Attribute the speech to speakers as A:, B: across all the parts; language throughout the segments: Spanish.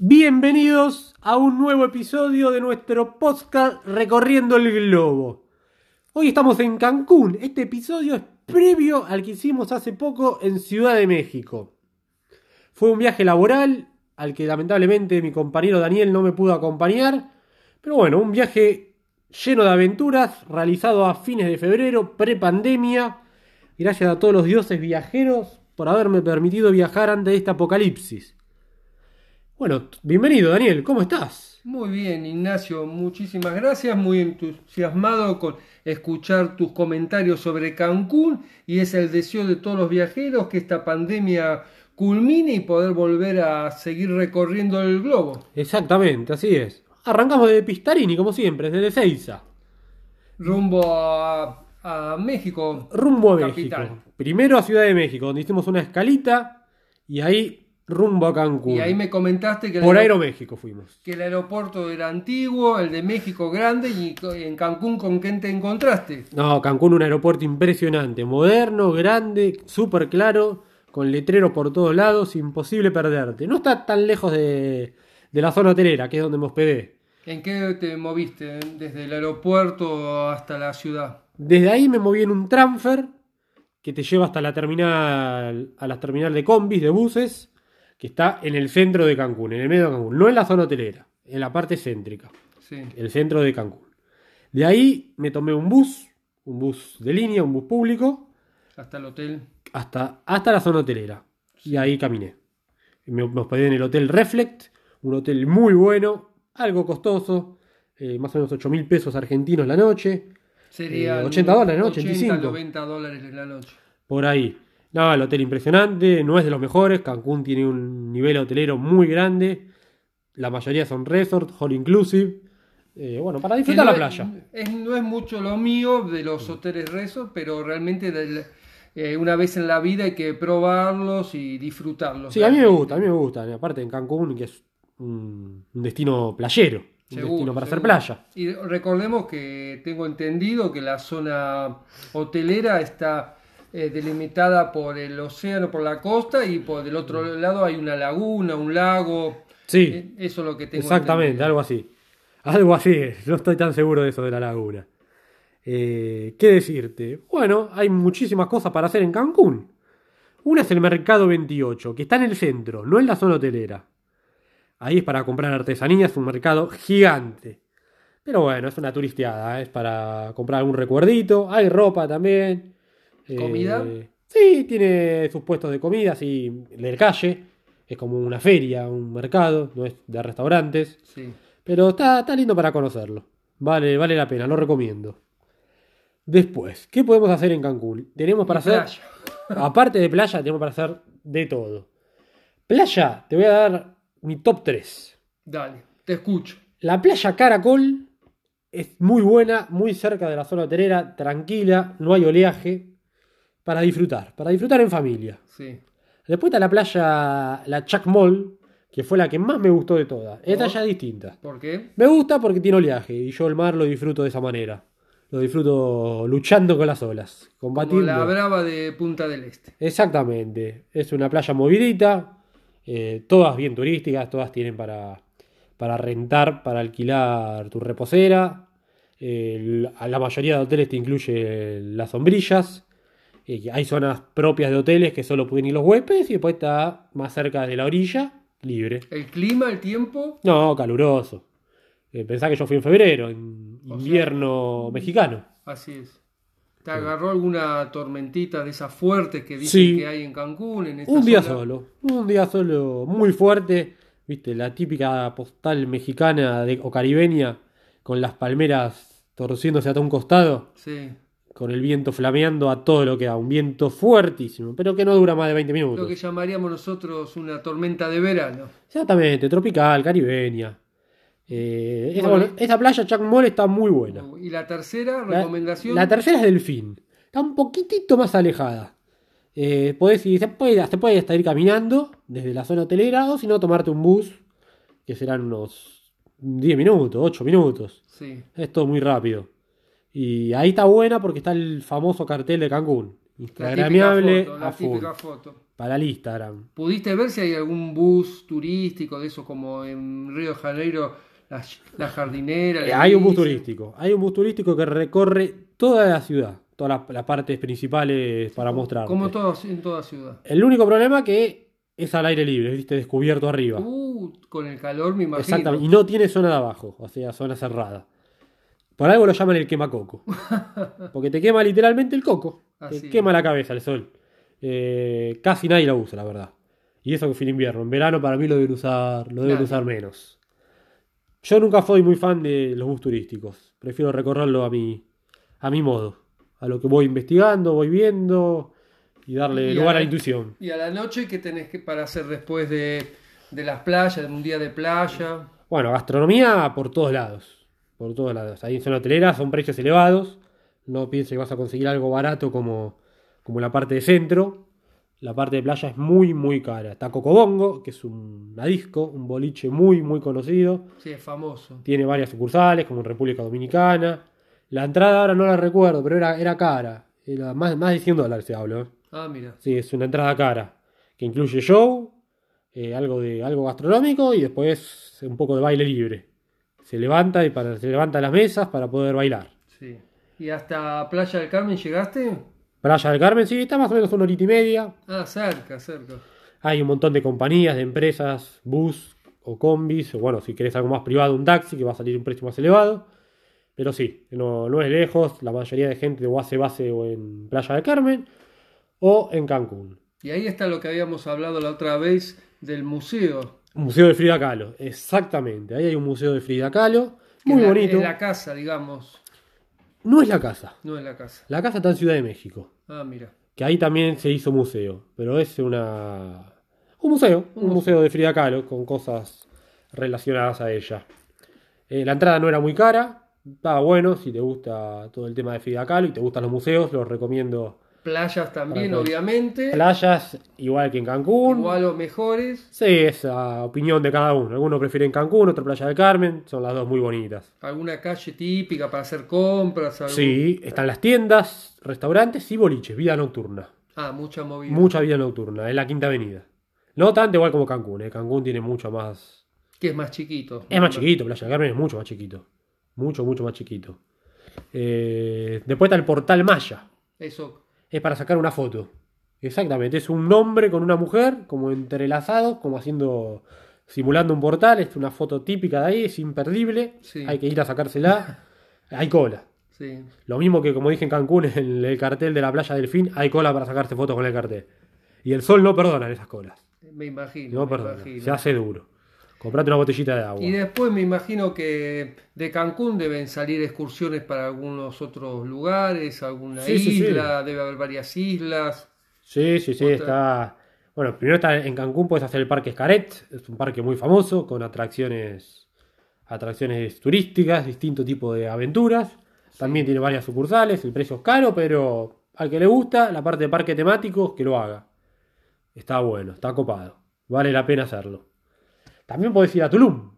A: Bienvenidos a un nuevo episodio de nuestro podcast Recorriendo el Globo. Hoy estamos en Cancún. Este episodio es previo al que hicimos hace poco en Ciudad de México. Fue un viaje laboral al que lamentablemente mi compañero Daniel no me pudo acompañar. Pero bueno, un viaje lleno de aventuras, realizado a fines de febrero, prepandemia. Gracias a todos los dioses viajeros por haberme permitido viajar antes de este apocalipsis. Bueno, bienvenido Daniel, ¿cómo estás?
B: Muy bien, Ignacio, muchísimas gracias, muy entusiasmado con escuchar tus comentarios sobre Cancún y es el deseo de todos los viajeros que esta pandemia culmine y poder volver a seguir recorriendo el globo.
A: Exactamente, así es. Arrancamos desde Pistarini, como siempre, desde Seiza,
B: Rumbo a, a México.
A: rumbo a
B: Capital.
A: México. Primero a Ciudad de México, donde hicimos una escalita y ahí rumbo a Cancún.
B: Y ahí me comentaste que el,
A: Por
B: aer-
A: Aeroméxico fuimos.
B: que el aeropuerto era antiguo, el de México grande y co- en Cancún con quién te encontraste.
A: No, Cancún un aeropuerto impresionante, moderno, grande, súper claro, con letrero por todos lados, imposible perderte. No está tan lejos de, de la zona hotelera, que es donde me hospedé.
B: ¿En qué te moviste? Desde el aeropuerto hasta la ciudad.
A: Desde ahí me moví en un transfer que te lleva hasta la terminal, a la terminal de combis, de buses, que está en el centro de Cancún, en el medio de Cancún, no en la zona hotelera, en la parte céntrica,
B: Sí.
A: el centro de Cancún. De ahí me tomé un bus, un bus de línea, un bus público,
B: Hasta el hotel.
A: hasta, hasta la zona hotelera. Y ahí caminé. Me, me hospedé en el Hotel Reflect, un hotel muy bueno, algo costoso, eh, más o menos 8 mil pesos argentinos la noche.
B: Serían
A: Eh, 80 dólares, ¿no? 85.
B: 90 dólares en la noche.
A: Por ahí. Nada, el hotel impresionante, no es de los mejores. Cancún tiene un nivel hotelero muy grande. La mayoría son resort, all inclusive. Eh, bueno, para disfrutar
B: Que
A: la
B: no es-
A: playa.
B: es- no es mucho lo mío de los hoteles rezos, pero realmente del- eh, una vez en la vida hay que probarlos y disfrutarlos.
A: Sí, a mí me
B: realmente.
A: gusta, a mí me gusta. Aparte en Cancún, que es un, un destino playero, un
B: Seguro,
A: destino para hacer
B: seguro.
A: playa.
B: Y recordemos que tengo entendido que la zona hotelera está eh, delimitada por el océano, por la costa, y por el otro lado hay una laguna, un lago.
A: Sí,
B: Eh, Eso es lo que tengo
A: exactamente,
B: entendido.
A: algo así. Algo así es, no estoy tan seguro de eso de la laguna. Eh, ¿Qué decirte? Bueno, hay muchísimas cosas para hacer en Cancún. Una es el Mercado 28, que está en el centro, no en la zona hotelera. Ahí es para comprar artesanías, un mercado gigante. Pero bueno, es una turisteada, ¿eh? es para comprar algún recuerdito. Hay ropa también. Eh,
B: ¿Comida?
A: sí, tiene sus puestos de comida, así, de calle. Es como una feria, un mercado, no es de restaurantes.
B: Sí.
A: Pero está, está lindo para conocerlo. Vale, vale la pena, lo recomiendo. Después, ¿qué podemos hacer en Cancún? Tenemos para
B: Y
A: hacer.
B: playa.
A: Aparte de playa, tenemos para hacer de todo. Playa, te voy a dar mi top 3.
B: Dale, te escucho.
A: La playa Caracol es muy buena, muy cerca de la zona hotelera, tranquila, no hay oleaje. Para disfrutar, para disfrutar en familia.
B: Sí.
A: Después está la playa, la Chacmol, que fue la que más me gustó de todas. Esta
B: Oh.
A: ya es distinta.
B: ¿Por qué?
A: Me gusta porque tiene oleaje y yo el mar lo disfruto de esa manera. Lo disfruto luchando con las olas,
B: Como
A: combatiendo.
B: la brava de Punta del Este.
A: Exactamente. Es una playa movidita, eh, todas bien turísticas, todas tienen para, para rentar, para alquilar tu reposera. El- a la mayoría de hoteles te incluye las sombrillas. Eh, hay zonas propias de hoteles que solo pueden ir los huéspedes y después está más cerca de la orilla, libre.
B: El clima, el tiempo,
A: No, caluroso. Eh, pensá que yo fui en febrero, en
B: O sea- mm,
A: invierno mexicano.
B: así es. ¿Te agarró alguna tormentita de esas fuertes que dicen
A: Sí.
B: que hay en Cancún? En esta
A: Un día
B: zona?
A: solo, un día solo muy fuerte, viste, la típica postal mexicana de- o caribeña, con las palmeras torciéndose hasta un costado,
B: Sí.
A: con el viento flameando a todo lo que da, un viento fuertísimo, pero que no dura más de 20
B: Lo que
A: minutos.
B: llamaríamos nosotros una tormenta de verano.
A: Exactamente, tropical, caribeña. Eh, esa,
B: Bueno.
A: bueno, esa playa Jack Mall está muy buena.
B: Y la tercera
A: La-
B: recomendación.
A: La, tercera es Delfín. Está un poquitito más alejada. Eh, podés ir- se, puede, se puede hasta ir caminando desde la zona hotelera o si no tomarte un bus que serán unos 10 minutos, 8 minutos.
B: Sí.
A: Es todo muy rápido. Y ahí está buena porque está el famoso cartel de Cancún.
B: La típica
A: Instagramiable
B: foto,
A: a
B: la
A: full.
B: típica foto.
A: Para el Instagram.
B: ¿Pudiste ver si hay algún bus turístico de esos como en Río de Janeiro, la, la jardinera?
A: Eh,
B: la
A: hay un bus
B: bici?
A: turístico. Hay un bus turístico que recorre toda la ciudad. Todas las, las partes principales para mostrar.
B: Como todos, en toda ciudad.
A: El único problema que es al aire libre, viste, descubierto arriba.
B: Uh, con el calor me imagino.
A: Exactamente. Y no tiene zona de abajo, o sea, zona cerrada. Por algo lo llaman el quemacoco. Porque te quema literalmente el coco.
B: Así
A: te quema la cabeza el sol. Eh, casi nadie lo usa, la verdad. Y eso que fue en invierno. En verano para mí lo deben usar, lo deben
B: Nadie.
A: usar menos. Yo nunca fui muy fan de los bus turísticos. Prefiero recorrerlo a mi, a mi modo. A lo que voy investigando, voy viendo y darle
B: Y
A: lugar a
B: a-
A: la intuición.
B: Y a la noche, ¿qué tenés que para hacer después de, de las playas, de un día de playa?
A: Bueno, gastronomía por todos lados. Por todos lados. Ahí en zona hotelera son precios elevados. No pienses que vas a conseguir algo barato como, como la parte de centro. La parte de playa es muy, muy cara. Está Cocobongo, que es un una disco, un boliche muy, muy conocido.
B: Sí, es famoso.
A: Tiene varias sucursales, como en República Dominicana. La entrada ahora no la recuerdo, pero era, era cara. Era más, más de 100 dólares, se habló. ¿eh?
B: Ah, mira.
A: Sí, es una entrada cara, que incluye show, eh, algo de algo gastronómico y después un poco de baile libre. Se levanta y para, se levanta las mesas para poder bailar.
B: Sí. ¿Y hasta Playa del Carmen llegaste?
A: Playa del Carmen, sí, está más o menos una horita y media.
B: Ah, cerca, cerca.
A: Hay un montón de compañías, de empresas, bus o combis, o bueno, si querés algo más privado, un taxi, que va a salir un precio más elevado. Pero sí, no, no es lejos, la mayoría de gente o hace base o en Playa del Carmen o en Cancún.
B: Y ahí está lo que habíamos hablado la otra vez del museo.
A: Museo de Frida Kahlo, exactamente. Ahí hay un museo de Frida Kahlo,
B: que
A: muy
B: es la-
A: bonito.
B: Es la casa, digamos.
A: No es la casa.
B: No es la casa.
A: La casa está en Ciudad de México,
B: Ah, mira.
A: que ahí también se hizo museo, pero es una un museo, un, museo. de Frida Kahlo con cosas relacionadas a ella. Eh, la entrada no era muy cara, estaba bueno si te gusta todo el tema de Frida Kahlo y te gustan los museos, los recomiendo.
B: Playas también,
A: Para todos.
B: obviamente.
A: Playas igual que en Cancún.
B: Igual o mejores.
A: Sí, esa opinión de cada uno. Algunos prefieren Cancún, otro Playa del Carmen, son las dos muy bonitas.
B: Alguna calle típica para hacer compras. algún-
A: Sí, están las tiendas, restaurantes y boliches, vida nocturna.
B: Ah, mucha movida.
A: Mucha vida nocturna, es la quinta avenida. No tanto igual como Cancún, ¿eh? Cancún tiene mucho más.
B: Que es más chiquito.
A: Es más chiquito, Playa del Carmen es mucho más chiquito. Mucho, mucho más chiquito. Eh, después está el portal Maya,
B: Eso.
A: es para sacar una foto. Exactamente, es un hombre con una mujer, como entrelazados, como haciendo. simulando un portal. Es una foto típica de ahí, es imperdible.
B: Sí.
A: Hay que ir a sacársela. Hay cola.
B: Sí.
A: Lo mismo que como dije en Cancún, en el, cartel de la playa del fin, hay cola para sacarse fotos con el cartel. Y el sol no perdona en esas colas.
B: Me imagino.
A: No
B: me
A: perdona.
B: imagino.
A: Se hace duro. Comprate una botellita de agua.
B: Y después me imagino que de Cancún deben salir excursiones para algunos otros lugares, alguna
A: Sí, sí, sí.
B: isla, debe haber varias islas.
A: Sí, sí, sí,
B: Otra.
A: está. Bueno, primero está en Cancún, puedes hacer el Parque Escaret, es un parque muy famoso, con atracciones, atracciones turísticas, distinto tipo de aventuras. También tiene varias sucursales, el precio es caro, pero al que le gusta, la parte de parque temático, que lo haga. Está bueno, está copado. Vale la pena hacerlo. También podés ir a Tulum.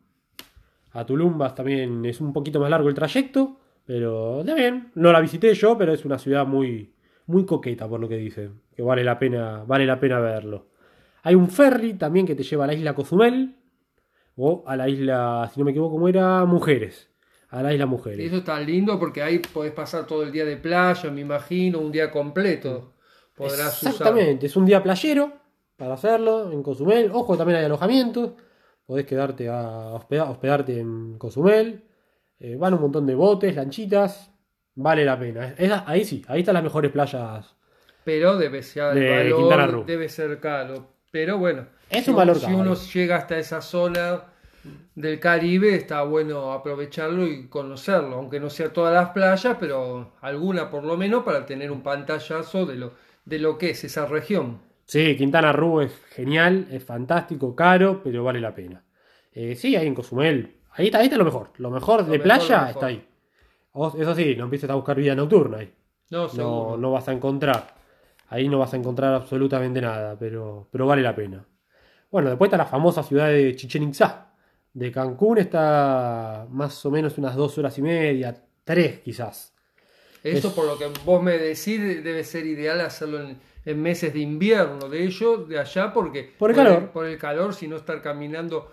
A: A Tulum vas también, es un poquito más largo el trayecto, pero está bien. No la visité yo, pero es una ciudad muy, muy coqueta por lo que dicen. Que vale la pena, vale la pena verlo. Hay un ferry también que te lleva a la isla Cozumel o a la isla, si no me equivoco, ¿cómo era? Mujeres. A la isla
B: Y
A: Mujeres.
B: eso está lindo porque ahí podés pasar todo el día de playa, me imagino, un día completo. Podrás usar.
A: Exactamente, es un día playero para hacerlo en Cozumel. Ojo, también hay alojamientos. Podés quedarte a hospeda- hospedarte en Cozumel. Eh, van un montón de botes, lanchitas. Vale la pena. Esa- ahí sí, ahí están las mejores playas.
B: Pero debe ser
A: De
B: el valor,
A: Quintana Roo.
B: debe ser caro. Pero bueno,
A: Es
B: si
A: un valor
B: uno- si
A: caro. eh.
B: uno llega hasta esa zona del Caribe, está bueno aprovecharlo y conocerlo, aunque no sea todas las playas, pero alguna por lo menos para tener un pantallazo de lo, de lo que es esa región.
A: Sí, Quintana Roo es genial, es fantástico, caro, pero vale la pena. Eh, sí, ahí en Cozumel. Ahí está, ahí está lo mejor. Lo mejor de
B: mejor,
A: playa
B: lo mejor.
A: está ahí. O- eso sí, no empieces a buscar vida nocturna ahí.
B: No,
A: no,
B: seguro.
A: no vas a encontrar. Ahí no vas a encontrar absolutamente nada, pero, pero vale la pena. Bueno, después está la famosa ciudad de Chichen Itzá. De Cancún está más o menos unas dos horas y media, tres quizás.
B: Eso
A: Es-
B: por lo que vos me decís debe ser ideal hacerlo en, en meses de invierno, de ellos, de allá, porque
A: Por el calor.
B: por el calor, si no estar caminando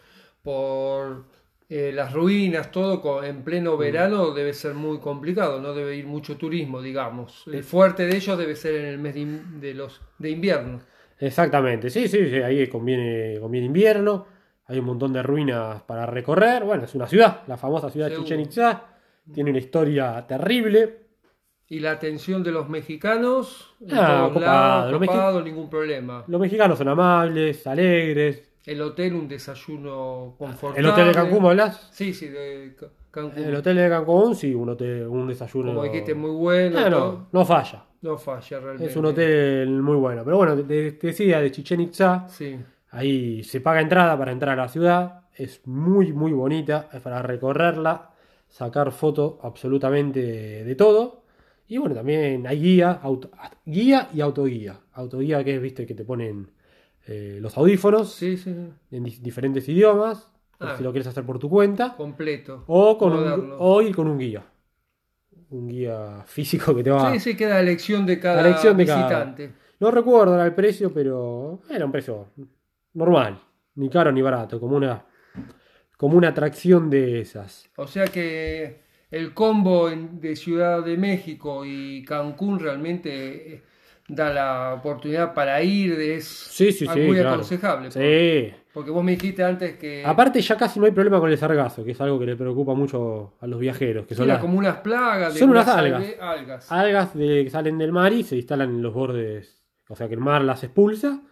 B: por eh, las ruinas, todo co- en pleno
A: Mm.
B: verano debe ser muy complicado, no debe ir mucho turismo, digamos. El fuerte de ellos debe ser en el mes de, in- de los, de invierno.
A: Exactamente, sí, sí, sí, ahí conviene, conviene invierno, hay un montón de ruinas para recorrer, bueno, es una ciudad, la famosa ciudad de
B: Seguro.
A: Chichen Itza, tiene una historia terrible,
B: Y la atención de los mexicanos, en
A: Ah,
B: todos
A: copado,
B: lados,
A: los mexi-
B: copado, ningún problema.
A: los mexicanos son amables, alegres,
B: El hotel, un desayuno confortable.
A: Ah, el hotel de Cancún, ¿eh? ¿me hablas?
B: Sí, sí, de Ca- Cancún.
A: El hotel de Cancún, sí, un, hotel, un desayuno.
B: Como dijiste, muy bueno.
A: Ah,
B: todo.
A: no, no falla,
B: No falla realmente.
A: es un hotel muy bueno, pero bueno, te, te decía de Chichen Itza,
B: Sí.
A: Ahí se paga entrada para entrar a la ciudad. Es muy, muy bonita. Es para recorrerla, sacar fotos absolutamente de, de todo. Y bueno, también hay guía, auto- guía y autoguía. Autoguía que es, viste, que te ponen eh, los audífonos
B: Sí, sí, sí.
A: en di- diferentes idiomas. por
B: Ah.
A: Si lo quieres hacer por tu cuenta.
B: Completo.
A: O, con un,
B: Moderno.
A: o ir con un guía. Un guía físico que te va.
B: Sí, sí, queda elección de cada
A: La elección de cada-
B: visitante.
A: No recuerdo ahora el precio, pero era un precio normal, ni caro ni barato, como una, como una atracción de esas.
B: O sea que el combo en- de Ciudad de México y Cancún realmente eh, da la oportunidad para ir. Es
A: Sí, sí,
B: algo
A: sí,
B: muy
A: claro.
B: aconsejable.
A: Sí.
B: Porque vos me dijiste antes que
A: Aparte ya casi no hay problema con el sargazo, que es algo que le preocupa mucho a los viajeros, que son
B: era
A: las
B: como unas plagas. de
A: son unas
B: alve- algas.
A: algas de- que salen del mar y se instalan en los bordes, o sea que el mar las expulsa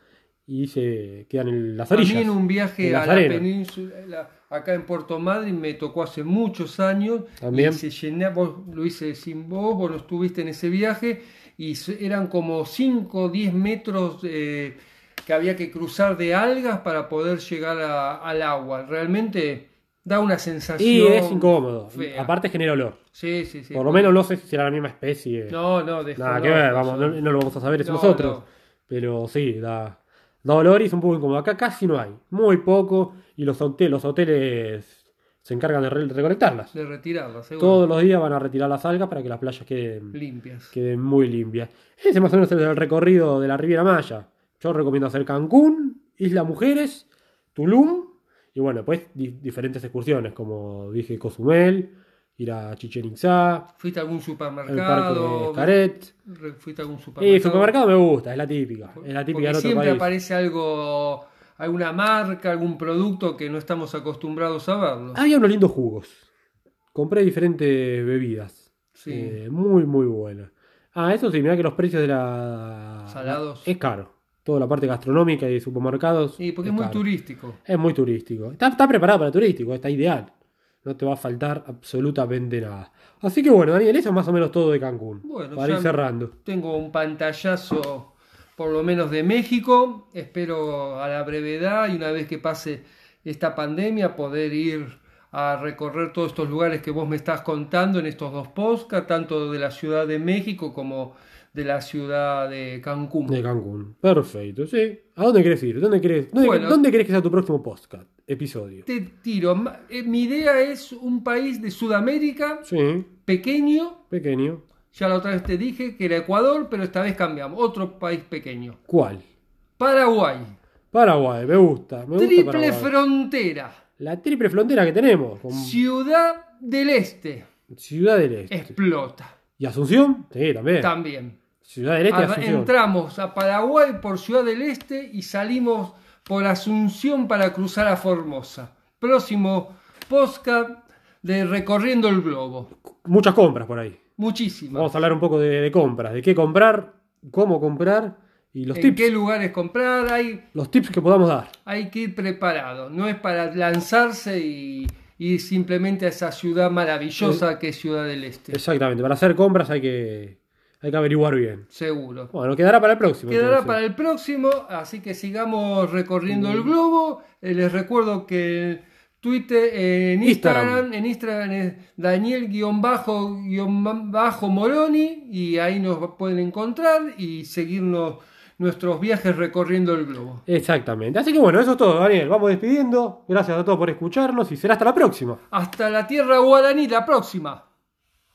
A: y se quedan en las orillas.
B: También un viaje
A: en
B: a
A: las
B: la
A: arenas.
B: península, la- acá en Puerto Madryn, me tocó hace muchos años.
A: También.
B: Y se llené, vos lo hice sin vos, vos no estuviste en ese viaje, y se- eran como 5 o 10 metros eh, que había que cruzar de algas para poder llegar a- al agua. Realmente da una sensación.
A: Y es incómodo,
B: fea.
A: aparte genera olor.
B: Sí, sí, sí.
A: Por lo menos no sé si será la misma especie.
B: No, no, dejó-
A: Nada
B: no,
A: que ver,
B: no,
A: vamos, no,
B: no.
A: no lo vamos a saber es
B: No,
A: nosotros.
B: no.
A: Pero sí, da, da dolor y es un poco incómodo. Acá casi no hay, muy poco. Y los hoteles, los hoteles se encargan de re- recolectarlas.
B: De retirarla, seguro.
A: Todos los días van a retirar las algas para que las playas queden,
B: Limpias.
A: queden muy limpias. Ese más o menos es el recorrido de la Riviera Maya. Yo recomiendo hacer Cancún, Isla Mujeres, Tulum y bueno, pues di- diferentes excursiones, como dije, Cozumel, ir a Chichen Itzá,
B: ¿Fuiste a algún
A: el parque de
B: supermercado?
A: Escaret.
B: Re- ¿Fuiste a algún
A: Y supermercado me gusta, es la típica. Es la típica
B: Porque
A: de otro
B: siempre
A: país.
B: aparece algo, alguna marca, algún producto que no estamos acostumbrados a verlo.
A: Había unos lindos jugos. Compré diferentes bebidas.
B: Sí.
A: Eh, muy, muy buenas. Ah, eso sí, mirá que los precios de la.
B: Salados.
A: Es caro. Toda la parte gastronómica y de supermercados.
B: Sí, porque es muy
A: caro.
B: turístico.
A: Es muy turístico. Está, está preparado para turístico, está ideal. No te va a faltar absolutamente nada. Así que bueno, Daniel, eso es más o menos todo de Cancún.
B: Bueno,
A: para
B: ya-
A: ir cerrando.
B: Tengo un pantallazo, por lo menos de México. Espero a la brevedad y una vez que pase esta pandemia poder ir a recorrer todos estos lugares que vos me estás contando en estos dos podcasts, tanto de la Ciudad de México como de la ciudad de Cancún.
A: De Cancún. Perfecto, sí. ¿A dónde querés ir? ¿Dónde querés, dónde,
B: Bueno.
A: dónde querés que sea tu próximo podcast? Episodio.
B: Te tiro. ma- eh, Mi idea es un país de Sudamérica
A: Sí,
B: pequeño.
A: pequeño.
B: Ya la otra vez te dije que era Ecuador, pero esta vez cambiamos. Otro país pequeño.
A: ¿Cuál?
B: Paraguay.
A: Paraguay, me gusta. Me gusta
B: Triple
A: Paraguay.
B: frontera.
A: La triple frontera que tenemos con
B: Ciudad del Este.
A: Ciudad del Este.
B: Explota.
A: ¿Y Asunción? Sí, también.
B: También.
A: Ciudad del Este,
B: Arra-
A: Asunción.
B: Entramos a Paraguay por Ciudad del Este y salimos por Asunción para cruzar a Formosa. Próximo podcast de Recorriendo el Globo.
A: Muchas compras por ahí.
B: Muchísimas.
A: Vamos a hablar un poco de, de compras, de qué comprar, cómo comprar y los
B: en
A: tips.
B: qué lugares comprar, hay,
A: Los tips que podamos dar.
B: hay que ir preparado, no es para lanzarse y ir simplemente a esa ciudad maravillosa que Eh, es Ciudad del Este,
A: Exactamente. Para hacer compras hay que, hay que averiguar bien.
B: seguro.
A: Bueno, quedará para el próximo.
B: Quedará
A: entonces.
B: para el próximo, así que sigamos recorriendo el globo. Eh, les recuerdo que el Twitter, eh, en
A: Instagram.
B: Instagram, en Instagram es Daniel-Moroni y ahí nos pueden encontrar y seguirnos nuestros viajes recorriendo el globo.
A: Exactamente. Así que bueno, eso es todo, Daniel. Vamos despidiendo. Gracias a todos por escucharnos y será hasta la próxima.
B: Hasta la tierra guaraní, la próxima.